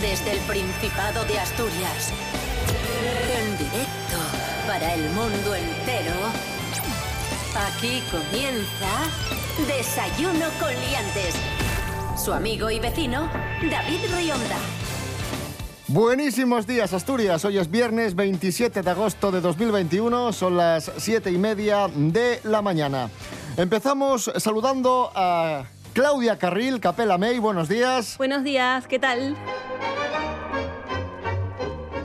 Desde el Principado de Asturias. En directo para el mundo entero. Aquí comienza Desayuno con Liantes. Su amigo y vecino, David Rionda. Buenísimos días, Asturias. Hoy es viernes 27 de agosto de 2021. Son las 7 y media de la mañana. Empezamos saludando a Claudia Carril, Capela May. Buenos días. Buenos días, ¿qué tal?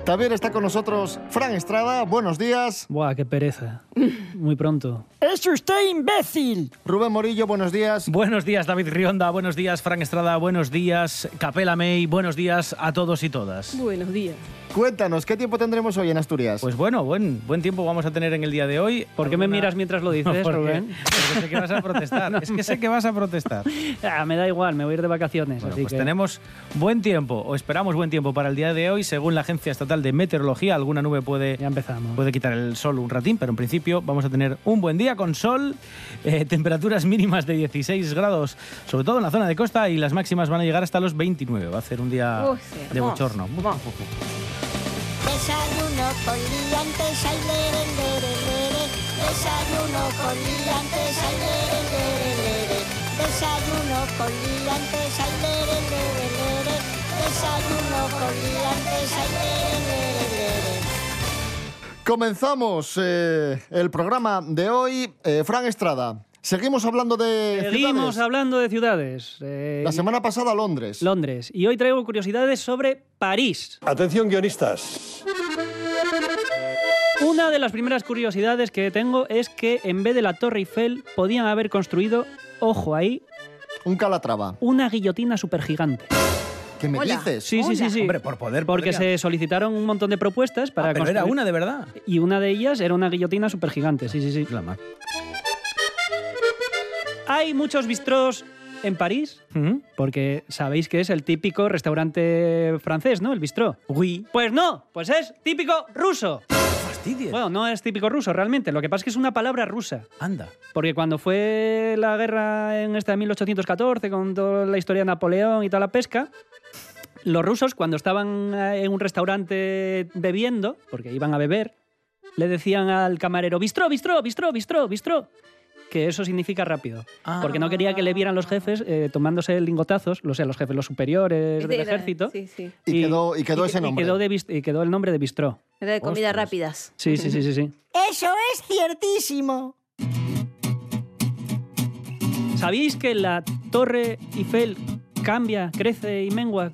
También está con nosotros Fran Estrada. Buenos días. Buah, qué pereza. Muy pronto. ¡Es usted imbécil! Rubén Morillo, buenos días. Buenos días, David Rionda. Buenos días, Frank Estrada. Buenos días, Capela May. Buenos días a todos y todas. Buenos días. Cuéntanos, ¿qué tiempo tendremos hoy en Asturias? Pues bueno, buen, buen tiempo vamos a tener en el día de hoy. ¿Por qué me Alguna- miras mientras lo dices, porque, Rubén? porque sé que vas a protestar. es que sé que vas a protestar. Ah, me da igual, me voy a ir de vacaciones. Bueno, así pues que... tenemos buen tiempo, o esperamos buen tiempo para el día de hoy. Según la Agencia Estatal de Meteorología, alguna nube puede, Ya empezamos. puede quitar el sol un ratín, pero en principio vamos a tener un buen día con sol, eh, temperaturas mínimas de 16 grados, sobre todo en la zona de costa, y las máximas van a llegar hasta los 29. Va a ser un día Uy, sí, de hermoso. bochorno. Desayuno con liantes, ay, lere, lere, lere. Desayuno con liantes, ay, lere, lere, lere. Desayuno con liantes, ay, lere, lere, lere. Desayuno con liantes, ay, lere, lere, lere. Comenzamos eh, el programa de hoy. Eh, Fran Estrada, seguimos hablando de Seguimos ciudades. hablando de ciudades. eh, La semana pasada Londres. Londres. Y hoy traigo curiosidades sobre París. Atención guionistas. Una de las primeras curiosidades que tengo es que en vez de la Torre Eiffel podían haber construido, ojo ahí, Un Calatrava. una guillotina supergigante. ¿Qué me Hola. dices? Sí, sí, sí, sí. Hombre, por poder Porque se podría. solicitaron un montón de propuestas para Ah, pero construir... era una de verdad. Y una de ellas era una guillotina supergigante, sí, sí, sí. La mar. Hay muchos bistros en París, Ujú. porque sabéis que es el típico restaurante francés, ¿no? El bistró. Uy, Pues no, pues es típico ruso. fastidio. Bueno, no es típico ruso realmente, lo que pasa es que es una palabra rusa. Anda. Porque cuando fue la guerra en esta de 1814, con toda la historia de Napoleón y toda la pesca, los rusos cuando estaban eh, en un restaurante bebiendo, porque iban a beber, le decían al camarero, bistró, bistró, bistró, bistró, bistró, que eso significa rápido. Ah. Porque no quería que le vieran los jefes eh, tomándose lingotazos, o sea, los jefes, los superiores Es del de la- ejército. Sí, sí. Y, quedó, y quedó y- ese y nombre. quedó de bist- y quedó el nombre de bistró. Era de comidas Ostras. rápidas. Sí, sí, sí, sí, sí. Eso es ciertísimo. ¿Sabíais que la torre Eiffel cambia, crece y mengua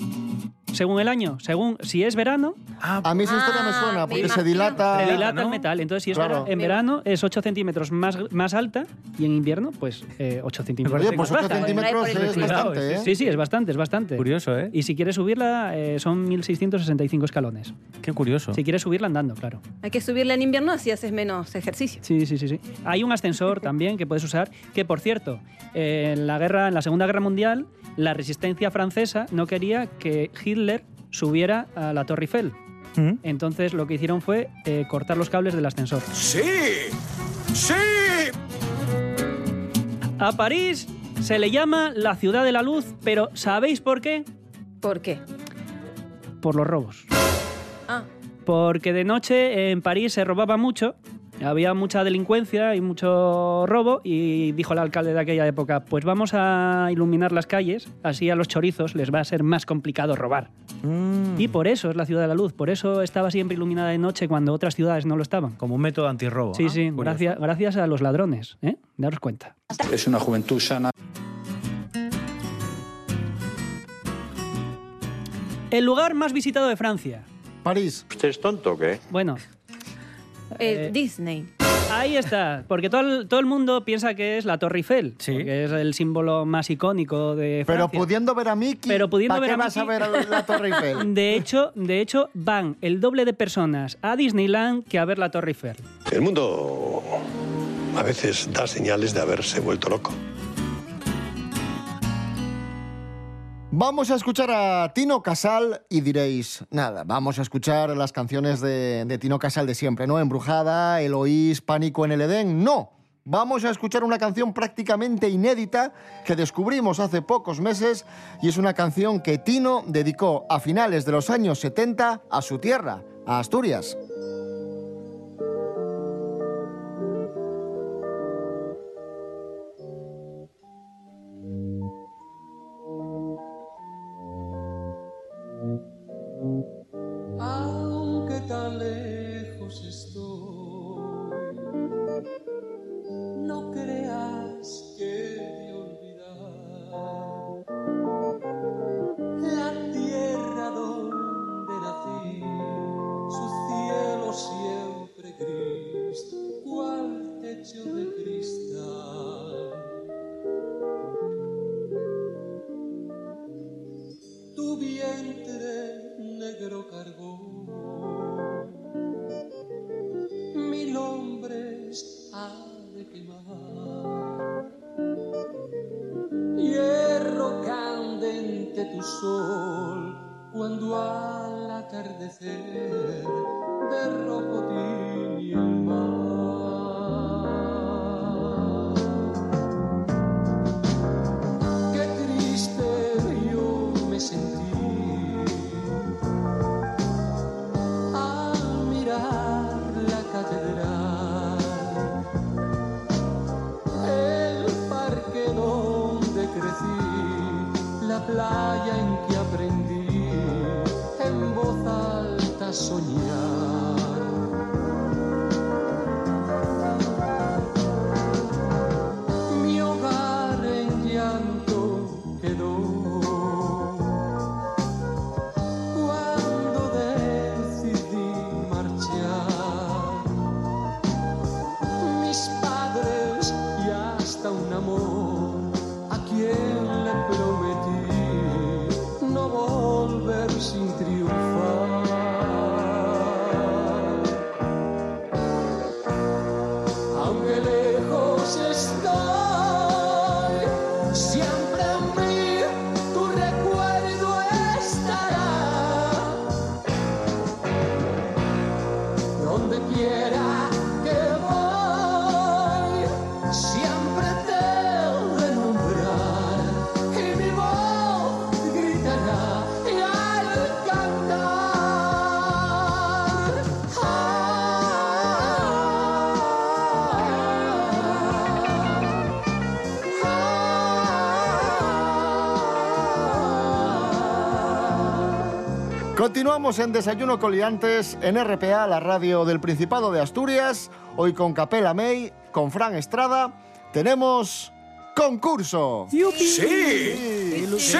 según el año? Según si es verano, Ah, A mí esa historia me Ah, suena me porque se imagino. dilata. se Ah, dilata ¿no? el metal. Entonces, si es Claro. verano- en verano es 8 centímetros más, más alta y en invierno, pues eh, 8 centímetros Oye, pues más 8 baja. ¿eh? centímetros Por ahí, por es el cuidado, bastante, ¿eh? Sí, sí, es bastante, es bastante. curioso, ¿eh? Y si quieres subirla, eh, son 1665 escalones. Qué curioso. Si quieres subirla andando, claro. Hay que subirla en invierno si haces menos ejercicio. Sí, sí, sí, sí. Hay un ascensor también que puedes usar, que por cierto, eh, en la guerra, en la Segunda Guerra Mundial, la resistencia francesa no quería que Hitler subiera a la Torre Eiffel. Mm. Entonces lo que hicieron fue eh, cortar los cables del ascensor. Sí. Sí. A París se le llama la ciudad de la luz, pero ¿sabéis por qué? ¿Por qué? Por los robos. Ah, Porque de noche en París se robaba mucho, había mucha delincuencia y mucho robo, y dijo el alcalde de aquella época, pues vamos a iluminar las calles, así a los chorizos les va a ser más complicado robar. Mm. Y por eso es la ciudad de la luz, por eso estaba siempre iluminada de noche cuando otras ciudades no lo estaban. Como un método antirrobo. Sí, Ah, sí, curioso. gracias, gracias a los ladrones, ¿eh? Daros cuenta. Es una juventud sana. El lugar más visitado de Francia. París. ¿Usted es tonto o qué? Bueno, eh, Eh, Disney. Ahí está, porque todo el, todo el mundo piensa que es la Torre Eiffel, Sí. porque es el símbolo más icónico de Pero Francia. pudiendo ver a Mickey, Pero pudiendo ¿para ver qué a vas a Mickey? ver a la Torre Eiffel? De hecho, de hecho, van el doble de personas a Disneyland que a ver la Torre Eiffel. El mundo a veces da señales de haberse vuelto loco. Vamos a escuchar a Tino Casal y diréis, nada, vamos a escuchar las canciones de, de Tino Casal de siempre, ¿no? Embrujada, Eloís, Pánico en el Edén. No, Vamos a escuchar una canción prácticamente inédita que descubrimos hace pocos meses y es una canción que Tino dedicó a finales de los años 70 a su tierra, a Asturias. aunque tan lejos estoy. No creas que te olvidar la tierra donde nací, su cielo siempre gris, cual techo de cristal. tu vientre negro cargó. Mil hombres ha de quemar. Hierro candente tu sol, cuando al atardecer derrocó ti el mar. Qué triste yo me sentí al mirar la catedral, el parque donde crecí, la playa en que aprendí en voz alta a soñar. mi hogar en llanto quedó. Cuando decidí marchar, mis padres y hasta un amor a quien le prometí no volver sin triunfar aunque lejos estoy, siempre en mí tu recuerdo estará. Donde quiera que voy, siempre te he de nombrar y mi voz gritará y al cantar. Ah. Continuamos en Desayuno Coliantes en RPA, la radio del Principado de Asturias. Hoy con Capela May, con Fran Estrada. Tenemos concurso. ¡Sí! ¡Sí!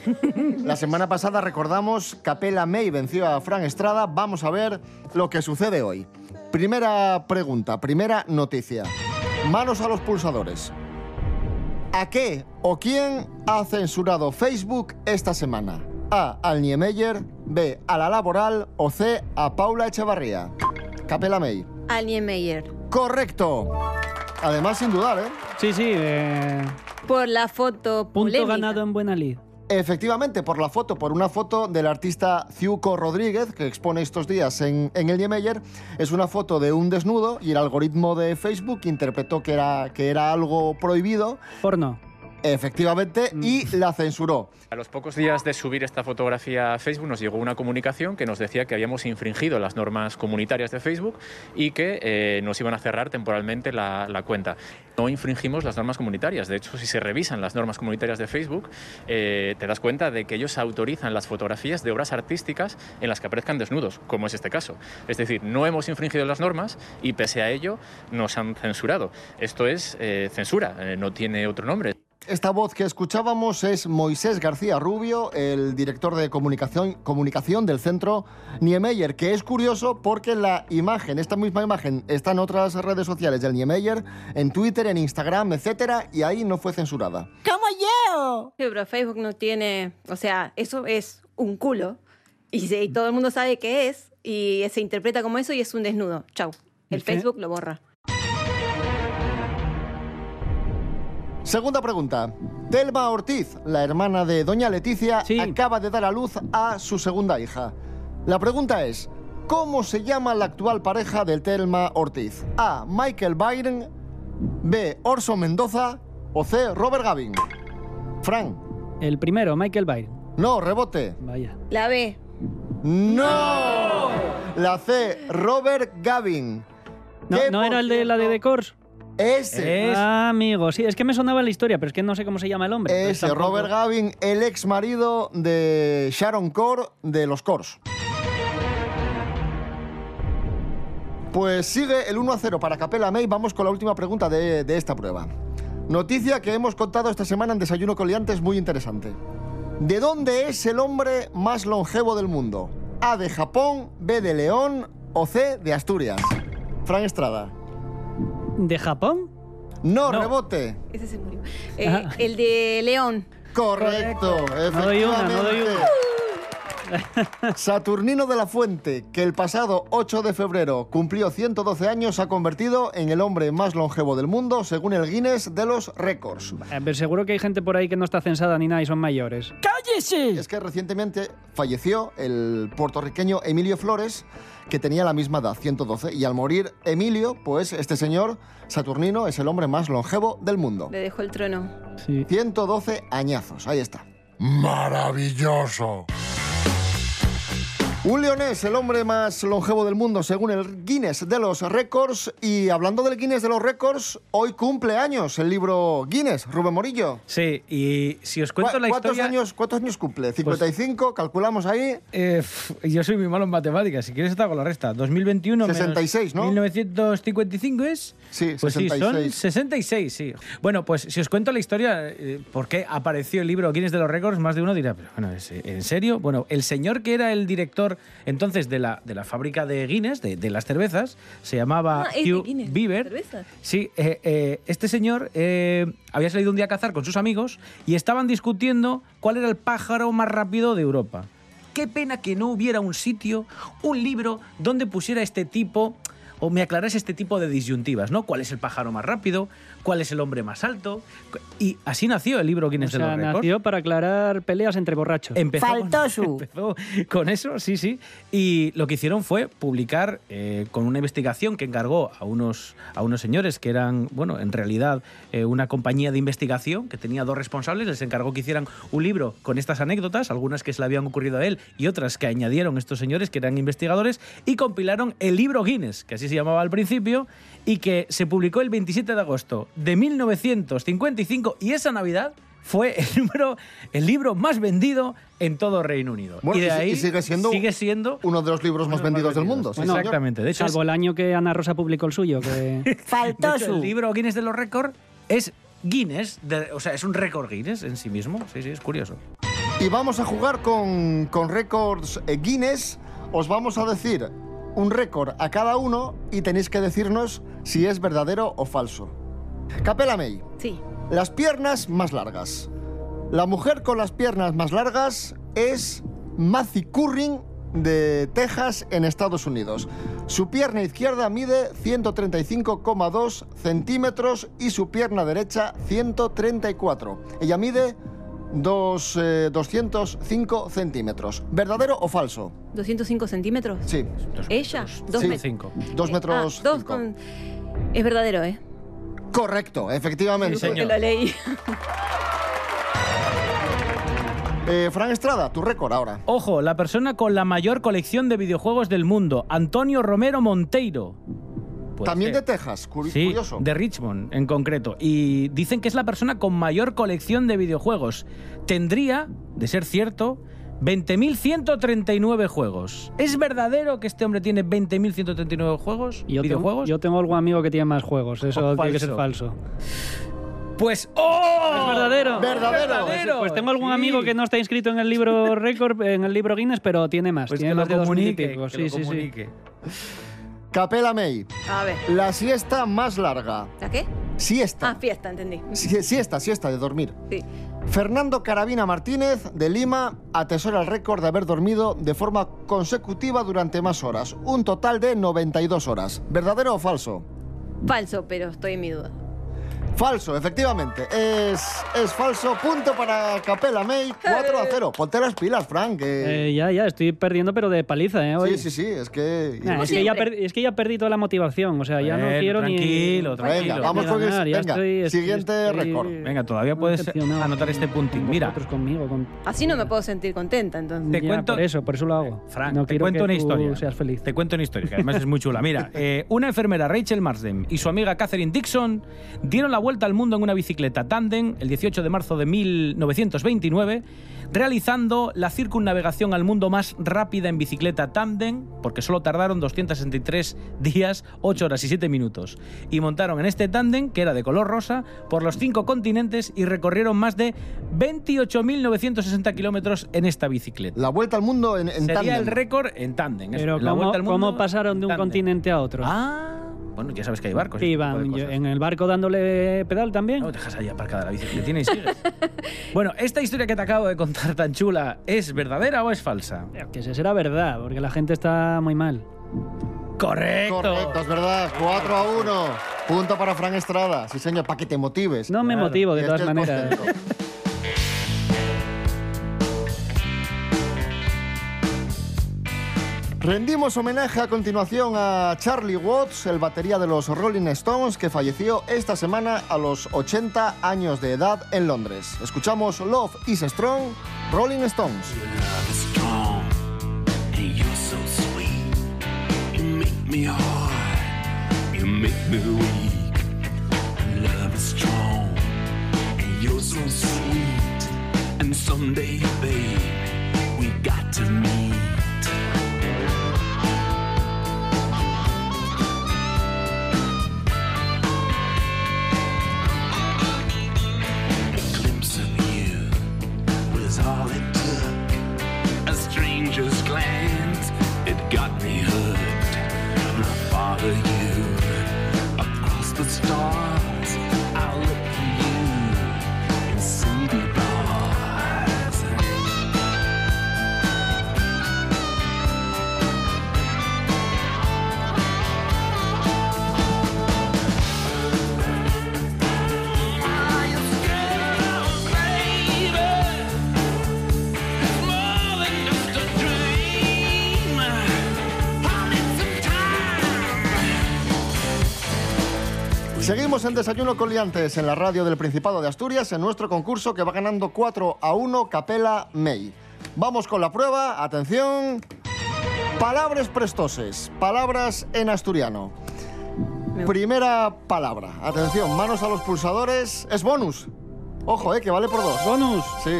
La semana pasada recordamos Capela May venció a Fran Estrada. Vamos a ver lo que sucede hoy. Primera pregunta, primera noticia. Manos a los pulsadores. ¿A qué o quién ha censurado Facebook esta semana? A. Al Niemeyer, B. A la laboral o C. A Paula Echevarría. Capela May. Alien Meyer. Correcto. Además, sin dudar, ¿eh? Sí, sí. eh, Por la foto punto polémica. ganado en buena lid. Efectivamente, por la foto, por una foto del artista Ciuco Rodríguez, que expone estos días en, en el Niemeyer, es una foto de un desnudo y el algoritmo de Facebook interpretó que era, que era algo prohibido, Porno. efectivamente, y la censuró. A los pocos días de subir esta fotografía a Facebook nos llegó una comunicación que nos decía que habíamos infringido las normas comunitarias de Facebook y que eh, nos iban a cerrar temporalmente la, la cuenta. No infringimos las normas comunitarias. De hecho, si se revisan las normas comunitarias de Facebook, eh, te das cuenta de que ellos autorizan las fotografías de obras artísticas en las que aparezcan desnudos, como es este caso. Es decir, no hemos infringido las normas y pese a ello nos han censurado. Esto es eh, censura, eh, no tiene otro nombre. Esta voz que escuchábamos es Moisés García Rubio, el director de comunicación, comunicación del centro Niemeyer, que es curioso porque la imagen, esta misma imagen, está en otras redes sociales del Niemeyer, en Twitter, en Instagram, etcétera, y ahí no fue censurada. ¡Como yo! Sí, pero Facebook no tiene. O sea, eso es un culo. Y, se- y todo el mundo sabe qué es. Y se interpreta como eso y es un desnudo. Chau. El ¿Y qué? Facebook lo borra. Segunda pregunta. Telma Ortiz, la hermana de Doña Leticia, Sí. acaba de dar a luz a su segunda hija. La pregunta es, ¿cómo se llama la actual pareja de Telma Ortiz? A. Michael Byron, B. Orson Mendoza. O C. Robert Gavin. Frank. El primero, Michael Byron. No, rebote. Vaya. La B. ¡No! La C. Robert Gavin. No, no era el de la de Decors. Ese. Ah, amigo, sí, es que me sonaba la historia, pero es que no sé cómo se llama el hombre. Eh, entonces Ese, tampoco- Robert Gavin, el ex marido de Sharon Core de los Cors. Pues sigue el 1 a 0 para Capela May. Vamos con la última pregunta de, de esta prueba. Noticia que hemos contado esta semana en Desayuno con Liantes, muy interesante. ¿De dónde es el hombre más longevo del mundo? A de Japón, B de León o C de Asturias. Fran Estrada. ¿De Japón? No, rebote. Ese se murió. Eh, el de León. Correcto, No doy una, no doy efectivamente. Saturnino de la Fuente, que el pasado 8 de febrero cumplió 112 años, se ha convertido en el hombre más longevo del mundo, según el Guinness de los récords. A ver, seguro que hay gente por ahí que no está censada ni nada y son mayores. Es que recientemente falleció el puertorriqueño Emilio Flores, que tenía la misma edad, 112, y al morir Emilio, pues este señor Saturnino es el hombre más longevo del mundo. Le dejó el trono. 112 añazos, ahí está. Maravilloso. Un leonés, el hombre más longevo del mundo según el Guinness de los récords. Y hablando del Guinness de los récords, hoy cumple años el libro Guinness, Rubén Morillo. Sí, y si os cuento ¿Cuá- la ¿Cuántos historia... Pues años, ¿Cuántos años cumple? ¿55? calculamos ahí. Eh, pf, yo soy muy malo en matemáticas, si quieres está con la resta. 2021 menos 66, ¿no? 1955 es... Sí, Pues sí, son 66. 66, sí. Bueno, pues si os cuento la historia, eh, por qué apareció el libro Guinness de los Récords, más de uno dirá, pero bueno, ¿es- eh, ¿en serio? Bueno, el señor que era el director entonces de la, de la fábrica de Guinness, de, de las cervezas, se llamaba Ah, es de Hugh Guinness, Beaver. cerveza. Sí, eh, eh, este señor eh, había salido un día a cazar con sus amigos y estaban discutiendo cuál era el pájaro más rápido de Europa. Qué pena que no hubiera un sitio, un libro, donde pusiera este tipo o me aclarase este tipo de disyuntivas, ¿no? ¿Cuál es el pájaro más rápido? ¿Cuál es el hombre más alto? Y así nació el libro O Guinness de sea, los Récords. Em, nació para aclarar peleas entre borrachos. Empezó, empezó con eso, sí, sí. Y lo que hicieron fue publicar eh, con una investigación que encargó a unos, a unos señores que eran, bueno, en realidad eh, una compañía de investigación que tenía dos responsables, les encargó que hicieran un libro con estas anécdotas, algunas que se le habían ocurrido a él y otras que añadieron estos señores que eran investigadores, y compilaron el libro Guinness, que así se llamaba al principio, y que se publicó el 27 de agosto de 1955 y esa Navidad fue el, número, el libro más vendido en todo Reino Unido. Bueno, y de y si- ahí y sigue siendo- sigue siendo Uno de los libros más vendidos del mundo. sí, señor. Exactamente. De hecho, es- Salvo el año que Ana Rosa publicó el suyo. Que... de hecho, el libro Guinness de los récords es Guinness, de- o sea, es un récord Guinness en sí mismo. Sí, sí, es curioso. Y vamos a jugar con, con récords eh, Guinness. Os vamos a decir un récord a cada uno y tenéis que decirnos si es verdadero o falso. Capela May. Sí. Las piernas más largas. La mujer con las piernas más largas es Matthew Curring de Texas en Estados Unidos. Su pierna izquierda mide 135,2 centímetros y su pierna derecha 134. Ella mide dos, eh, 205 centímetros. ¿Verdadero o falso? 205 centímetros. Sí. Ella, Eh, dos Sí. met- Dos eh, metros. ah, dos cinco. con- Es verdadero, ¿eh? Correcto, efectivamente. Porque lo leí. Eh, Fran Estrada, tu récord ahora. Ojo, la persona con la mayor colección de videojuegos del mundo, Antonio Romero Monteiro. Puede También ser. de Texas, curi- Pues Sí, curioso. de Richmond en concreto. Y dicen que es la persona con mayor colección de videojuegos. Tendría, de ser cierto, 20.139 juegos. ¿Es verdadero que este hombre tiene 20.139 juegos? Yo tengo, ¿Videojuegos? yo tengo algún amigo que tiene más juegos. Eso Oh, tiene que ser falso. falso. Pues, ¡oh! ¿Es verdadero? Verdadero. ¡Verdadero! Pues tengo algún Sí. amigo que no está inscrito en el libro récord, en el libro Guinness, pero tiene más. Pues tiene que lo más de 2000 y comunique, pico. que Sí, lo sí, sí. comunique. Capela May, A ver. la siesta más larga. ¿La qué? Siesta. Ah, fiesta, entendí. Sie- siesta, siesta de dormir. Sí. Fernando Carabina Martínez, de Lima, atesora el récord de haber dormido de forma consecutiva durante más horas, un total de 92 horas. ¿Verdadero o falso? Falso, pero estoy en mi duda. Falso, efectivamente. Es, es falso. Punto para Capela May. 4 a 0. Ponte las pilas, Frank. que- Eh, ya, ya, estoy perdiendo, pero de paliza, ¿eh? Hoy. Sí, sí, sí. Es que. Ah, es, que ya per- es que ya perdí toda la motivación, o sea, ya no Bueno, quiero ni- tranquilo, tranquilo. ni Venga, vamos con el- ganar, ya venga, estoy- estoy- siguiente estoy récord. Venga, todavía puedes decepcionado anotar este puntín. Mira, vosotros conmigo, con- Así no me puedo sentir contenta, entonces. Te Ya, cuento- Eh, por eso, por eso lo hago. Frank, no te quiero cuento que una tú historia. seas feliz. Te cuento una historia, que además es muy chula. Mira, eh, una enfermera, Rachel Marsden, y su amiga Catherine Dixon dieron la vuelta al mundo en una bicicleta tándem el 18 de marzo de 1929, realizando la circunnavegación al mundo más rápida en bicicleta tándem, porque solo tardaron 263 días, 8 horas y 7 minutos. Y montaron en este tándem, que era de color rosa, por los cinco continentes y recorrieron más de 28.960 kilómetros en esta bicicleta. La vuelta al mundo en, en Sería tándem. el récord en tándem. eso, Pero la ¿cómo, vuelta al mundo cómo pasaron de un en tándem. continente a otro? Ah, bueno, ya sabes que hay barcos. y Sí, ese tipo de van yo- cosas. en el barco dándole pedal también. No dejas ahí aparcada la bicicleta y sigues. bueno, esta historia que te acabo de contar tan chula, ¿es verdadera o es falsa? Que se será verdad, porque la gente está muy mal. Correcto. Correcto, es verdad. 4 a 1. Punto para Fran Estrada. Sí, señor, para que te motives. No me Claro. motivo, de Y este todas estés maneras. contento. Rendimos homenaje a continuación a Charlie Watts, el batería de los Rolling Stones, que falleció esta semana a los 80 años de edad en Londres. Escuchamos Love is Strong, Rolling Stones. strong and you're so sweet. You make me hard, you make me weak. Love is strong and you're so sweet. And someday, babe, we got to meet. A glimpse of you was all it took a stranger's glance, it got me hooked. And I follow you across the stars. I look for you in city bars. Are you scared, baby? Seguimos en Desayuno con Liantes en la radio del Principado de Asturias en nuestro concurso que va ganando 4 a 1 Capela May. Vamos con la prueba, atención. Palabras prestoses, palabras en asturiano. Primera palabra, atención, manos a los pulsadores, es bonus. Ojo, eh, que vale por dos. Bonus. Sí.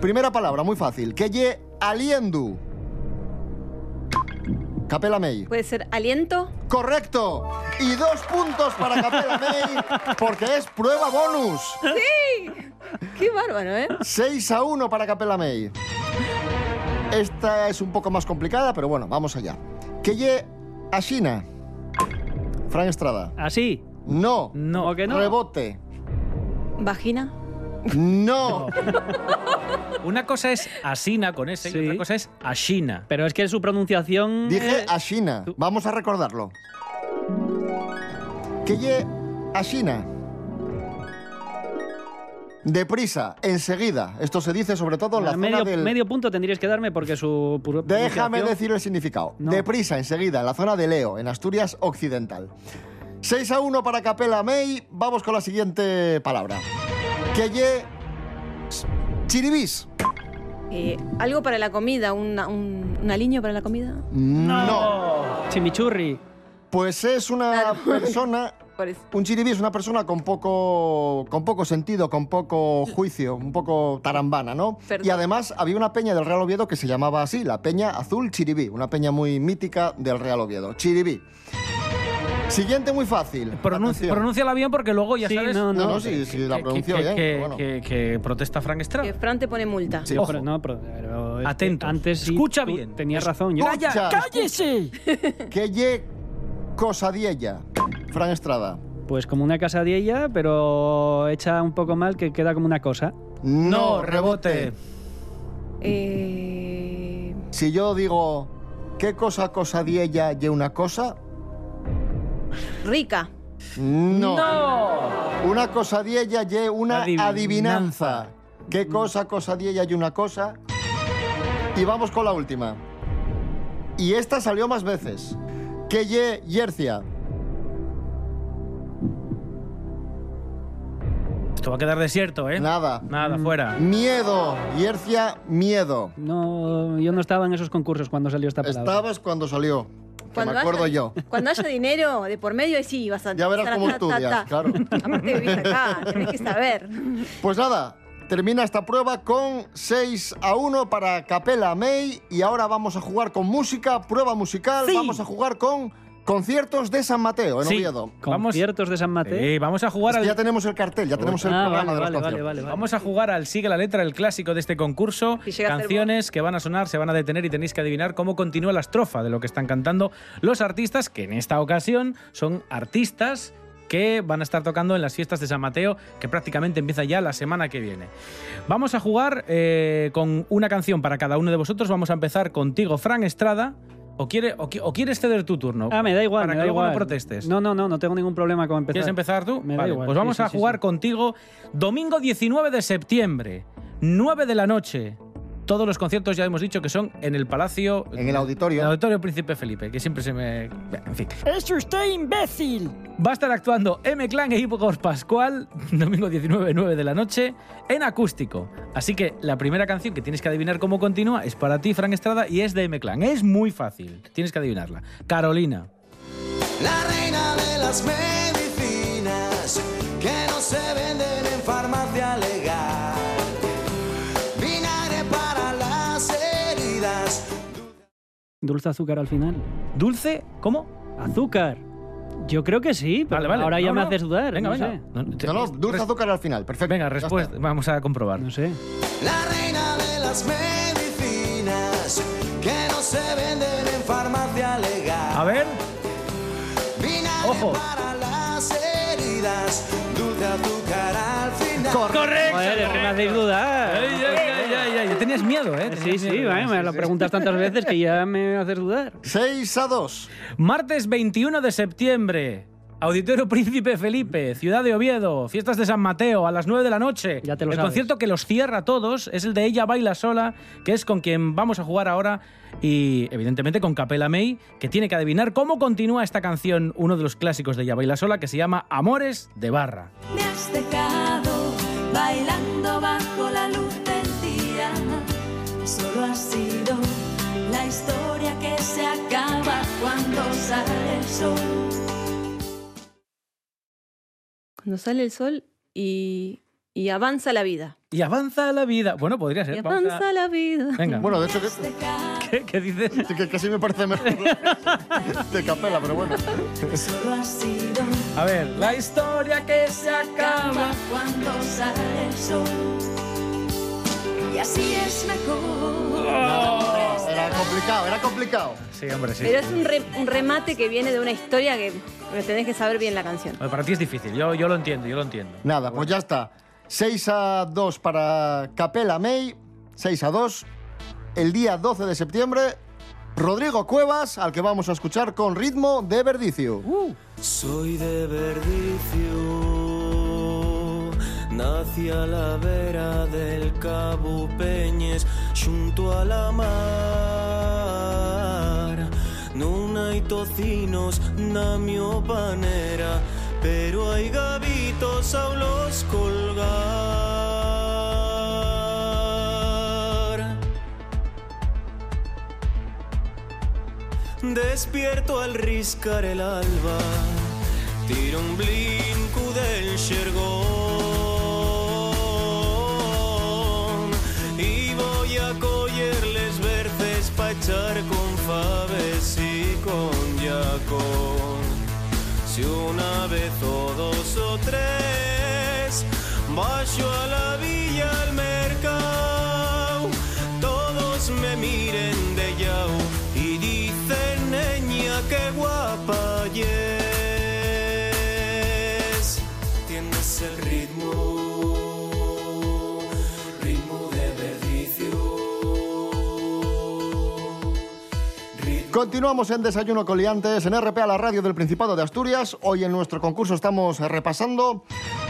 Primera palabra, muy fácil. Que ye aliendu. Capela May. ¿Puede ser aliento? Correcto. Y dos puntos para Capela May porque es prueba bonus. ¡Sí! ¡Qué bárbaro, eh! 6 a 1 para Capela May. Esta es un poco más complicada, pero bueno, vamos allá. Que lle a China. Fran Estrada. Así. No. No. ¿Cómo que no? Rebote. ¿Vagina? No. Una cosa es Asina con ese y otra cosa es Ashina. Pero es que su pronunciación. Dije ah, a China. Vamos a recordarlo. Que lle a China. Deprisa, enseguida. Esto se dice sobre todo en la a zona medio, del... medio punto tendrías que darme porque su. puro- Déjame pronunciación- decir el significado. No. Deprisa, enseguida, en la zona de Leo, en Asturias Occidental. 6 a 1 para Capela May. Vamos con la siguiente palabra. Que lle... Chiribis. Eh, ¿Algo para la comida? ¿Una- un, ¿Un aliño para la comida? No. Chimichurri. Pues es una persona... Un chiribí es una persona con poco, con poco sentido, con poco juicio, un poco tarambana, ¿no? Perdón. Y además había una peña del Real Oviedo que se llamaba así, la Peña Azul Chiribí, una peña muy mítica del Real Oviedo. Chiribí. Siguiente muy fácil. Pronuncia, Atención. pronúnciala bien porque luego ya Sí, sabes. no, no. No, no, sí, sí, la que- pronunció que- bien, que- bueno. que- que protesta Frank Estrada. Que Eh, Fran te pone multa. Yo creo- no, pero, pero es que Atentos. Antes sí, Escucha tú bien. Tenías razón. yo- Escucha, ¡Cállese! Que lle cosadiella. Fran Estrada. Pues como una casadilla, pero hecha un poco mal que queda como una cosa. No, rebote. Eh, Si yo digo, ¿qué cosa cosadiella y una cosa? rica. No. ¡No! Una cosa de ella y una adivinanza. ¿Qué Mm. cosa, cosa de ella y una cosa? Y vamos con la última. Y esta salió más veces. Que ye Yercia. Esto va a quedar desierto, ¿eh? Nada. Nada, fuera. Miedo. Yercia, miedo. No, yo no estaba en esos concursos cuando salió esta palabra. Estabas cuando salió. que Cuando me acuerdo haya- yo. Cuando haya dinero de por medio, ahí sí vas a Ya verás estar cómo ta, ta, estudias, ta. claro. Aparte vivís acá, tenés que saber. Pues nada, termina esta prueba con 6 a 1 para Capela May y ahora vamos a jugar con música, prueba musical, vamos a jugar con conciertos de San Mateo en Sí, Oviedo. vamos- Conciertos de San Mateo. Eh, vamos a jugar Es que al... Ya tenemos el cartel, ya tenemos el Ah, programa vale, de los vale, vale, conciertos. vale, vale. Vamos a jugar al Sigue la Letra, el clásico de este concurso. Si llega a hacer Canciones que van a sonar, se van a detener y tenéis que adivinar cómo continúa la estrofa de lo que están cantando los artistas, que en esta ocasión son artistas que van a estar tocando en las fiestas de San Mateo, que prácticamente empieza ya la semana que viene. Vamos a jugar eh, con una canción para cada uno de vosotros. Vamos a empezar contigo, Fran Estrada. ¿O, quiere, o, qui- o quieres ceder tu turno? Ah, me da igual. Para me que da luego igual. no protestes. No, no, no, no tengo ningún problema con empezar. ¿Quieres empezar tú? Me da Vale, igual, pues sí, vamos sí, a sí, jugar sí. contigo domingo 19 de septiembre, 9 de la noche. Todos los conciertos ya hemos dicho que son en el Palacio. En el auditorio. el Auditorio Príncipe Felipe, que siempre se me. En fin. ¡Es usted imbécil! Va a estar actuando M. Clan e Igor Pascual, domingo 19, 9 de la noche, en acústico. Así que la primera canción que tienes que adivinar cómo continúa es para ti, Frank Estrada, y es de M. Clan. Es muy fácil, tienes que adivinarla. Carolina. La reina de las medicinas que no se venden en farmacia legal. Vinagre para las heridas. Dulce azúcar al final. Dulce, ¿cómo? ¿Azúcar? Yo creo que sí, pero Vale, vale. ahora ya No, me no. haces dudar. Venga, no venga. sé. No, no, te- No, no, dulce res- azúcar al final, perfecto. Venga, ya está. respuesta. Vamos a comprobar. No sé. La reina de las medicinas que no se venden en farmacia legal. A ver, Vinagre Ojo. para las heridas. Dulce azúcar al final. correcto. Joder, me hacéis dudar. Ay, ay, ay, ay, ay. Tenías miedo, ¿eh? Sí, Tenías sí, miedo. vale, me lo preguntas tantas veces que ya me haces dudar. 6 a 2. Martes 21 de septiembre. Auditorio Príncipe Felipe, Ciudad de Oviedo, Fiestas de San Mateo, a las 9 de la noche. Ya te lo el sabes. concierto que los cierra a todos es el de Ella Baila Sola, que es con quien vamos a jugar ahora y evidentemente con Capela May, que tiene que adivinar cómo continúa esta canción, uno de los clásicos de Ella Baila Sola, que se llama Amores de Barra. Me has dejado bailando bajo la luz del día. Solo ha sido la historia que se acaba cuando sale el sol. Cuando sale el sol y, y avanza la vida. Y avanza la vida. Bueno, podría Y ser. Eh, Vamos a- avanza la vida. Venga. Bueno, de hecho, que, ¿Qué, qué dices? sí que casi me parece mejor de capela, pero bueno. Solo ha sido A ver, la historia que se acaba. acaba cuando sale el sol. Y así es mejor. Era complicado, era complicado. Sí, hombre, sí. Pero es un, re- un remate que viene de una historia que pero tenés que saber bien la canción. Bueno, Para ti es difícil, yo, yo lo entiendo, yo lo entiendo. Nada, pues ya está. 6 a 2 para Capela May, 6 a 2. El día 12 de septiembre, Rodrigo Cuevas, al que vamos a escuchar con ritmo de Verdicio. Soy de Verdicio, nací a la vera del Cabo Peñes, junto a la mar. No hay tocinos na mio panera, pero hay gavitos a los colgar. Despierto al riscar el alba, tiro un blinco del xergón y voy a collerles verces pa' echar con faves y con yacón. Si una vez o dos o tres Bajo a la villa al mercado Todos me miren de yao Y dicen, niña, qué guapa yes Tienes el ritmo Ritmo de verdicio Ritmo Continuamos en Desayuno con Liantes en RP a la radio del Principado de Asturias. Hoy en nuestro concurso estamos repasando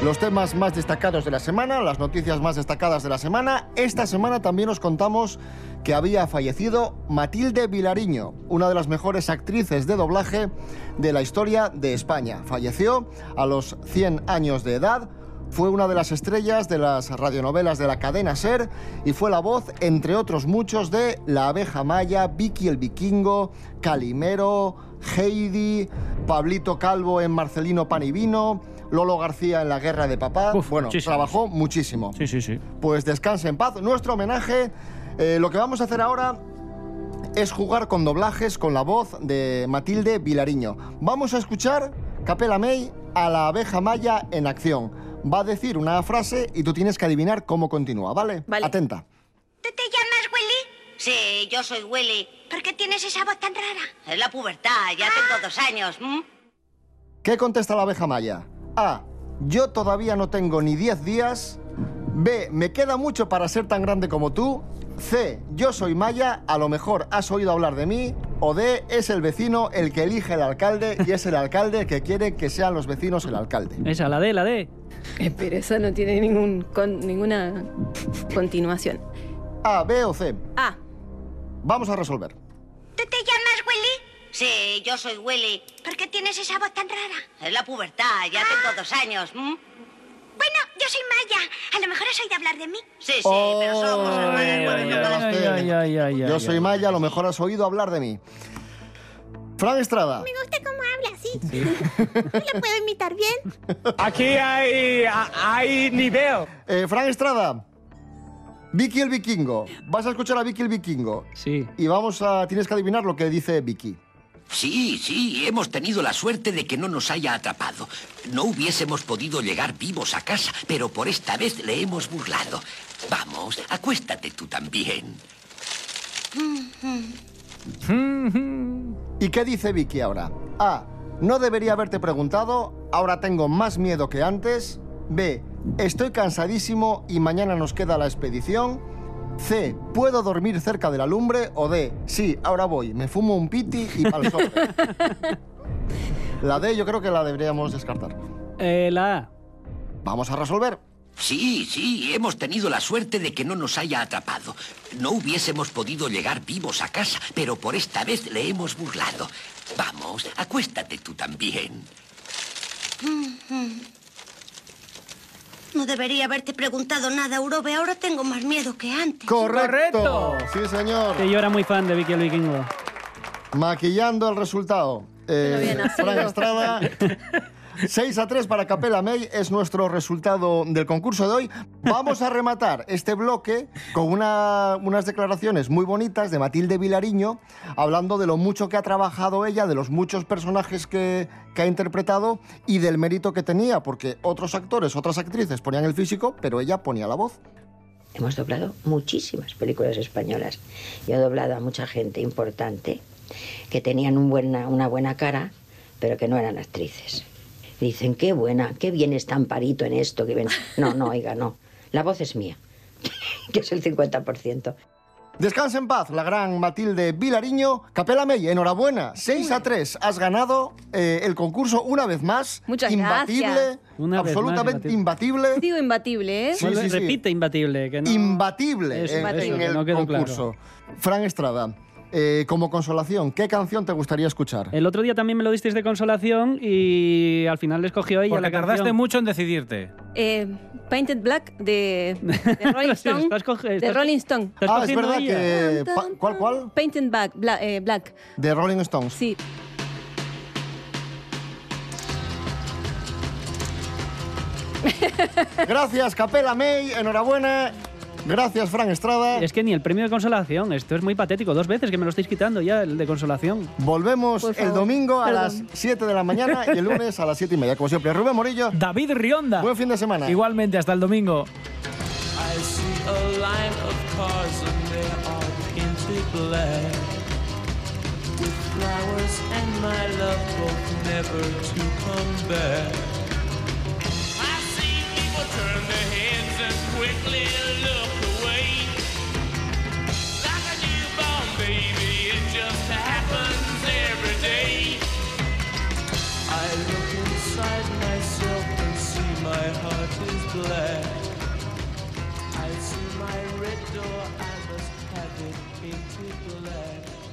los temas más destacados de la semana, las noticias más destacadas de la semana. Esta semana también os contamos que había fallecido Matilde Vilariño, una de las mejores actrices de doblaje de la historia de España. Falleció a los 100 años de edad. Fue una de las estrellas de las radionovelas de la cadena Ser y fue la voz, entre otros muchos, de La abeja maya, Vicky el vikingo, Calimero, Heidi, Pablito Calvo en Marcelino Pan y Vino, Lolo García en La Guerra de Papá. Uf, bueno, muchísimos. trabajó muchísimo. Sí, sí, sí. Pues descanse en paz. Nuestro homenaje, eh, lo que vamos a hacer ahora es jugar con doblajes con la voz de Matilde Vilariño. Vamos a escuchar Capela May a la abeja maya en acción. Va a decir una frase y tú tienes que adivinar cómo continúa, ¿vale? Vale. Atenta. ¿Tú te llamas Willy? Sí, yo soy Willy. ¿Por qué tienes esa voz tan rara? Es la pubertad, ya tengo dos años. ¿m? ¿Qué contesta la abeja maya? A. Yo todavía no tengo ni 10 días. B. Me queda mucho para ser tan grande como tú. C. Yo soy maya, a lo mejor has oído hablar de mí. O D. Es el vecino el que elige el alcalde y es el alcalde el que quiere que sean los vecinos el alcalde. Esa, la D, la D. Eh, Pero esa no tiene ningún, con- ninguna continuación. A, B o C. A. Vamos a resolver. ¿Tú te llamas Willy? Sí, yo soy Willy. ¿Por qué tienes esa voz tan rara? Es la pubertad, ya tengo dos años. Mm, ¿m? Bueno, yo soy Maya. A lo mejor has oído hablar de mí. Sí, sí, pero solo cosas malas. bueno, no malas. Yo soy maya, a lo mejor has oído hablar de mí. Fran Estrada. Me gusta cómo habla, sí. ¿La puedo imitar bien? Aquí hay, hay nivel. Eh, Fran Estrada. Vicky el vikingo. Vas a escuchar a Vicky el vikingo. Sí. Y vamos a. Tienes que adivinar lo que dice Vicky. Sí, sí, hemos tenido la suerte de que no nos haya atrapado. No hubiésemos podido llegar vivos a casa, pero por esta vez le hemos burlado. Vamos, acuéstate tú también. ¿Y qué dice Vicky ahora? A. No debería haberte preguntado, ahora tengo más miedo que antes. B. Estoy cansadísimo y mañana nos queda la expedición. C. Puedo dormir cerca de la lumbre. O D. Sí, ahora voy, me fumo un piti y pa'l sol. la D yo creo que la deberíamos descartar. Eh, la A. Vamos a resolver. Sí, sí, hemos tenido la suerte de que no nos haya atrapado. No hubiésemos podido llegar vivos a casa, pero por esta vez le hemos burlado. Vamos, acuéstate tú también. No debería haberte preguntado nada, Urobe. Ahora tengo más miedo que antes. Correcto. Sí, señor. Que yo era muy fan de Vicky el Vikingo. Maquillando el resultado. Eh, había nacido. Fran Estrada. 6 a 3 para Capela May es nuestro resultado del concurso de hoy. Vamos a rematar este bloque con una- unas declaraciones muy bonitas de Matilde Vilariño, hablando de lo mucho que ha trabajado ella, de los muchos personajes que, que ha interpretado y del mérito que tenía, porque otros actores, otras actrices ponían el físico, pero ella ponía la voz. Hemos doblado muchísimas películas españolas. Yo he doblado a mucha gente importante que tenían un buena- una buena cara, pero que no eran actrices. Y Dicen, qué buena, qué bien está Amparito en esto. Qué bien. No, no, oiga, no. La voz es mía, que es el 50%. Descansa en paz, la gran Matilde Vilariño. Capela May, enhorabuena. 6 a 3. Has ganado eh, el concurso una vez más. Muchas imbatible, gracias. Una vez más, absolutamente imbatible. imbatible. Digo imbatible, ¿eh? Vuelve, Repite, imbatible. Que no... Imbatible Eso, en, eso, en que el no quedó claro. concurso. Fran Estrada, eh, como consolación, ¿qué canción te gustaría escuchar? El otro día también me lo disteis de consolación y al final le escogió ella Porque la tardaste canción. mucho en decidirte. Eh, Painted Black de, de Rolling Sí, Stone. estás coge- de estás- Rolling Stone. estás Ah, es verdad que... Tan, pa- tan, ¿Cuál, cuál? tan. Painted Black. Bla- eh, Black. De Rolling Stones. Sí. Gracias, Capela May. Enhorabuena. Gracias, Fran Estrada. Es que ni el premio de consolación, esto es muy patético. Dos veces que me lo estáis quitando ya, el de consolación. Volvemos Por el favor. domingo a Perdón. las 7 de la mañana y el lunes a las 7 y media. Como siempre, Rubén Morillo. David Rionda. Buen fin de semana. Igualmente, hasta el domingo. I see a line of cars and they are painted black With flowers and my love hope never to come back I see people turn their heads and quickly look away Like a newborn baby, it just happens into black.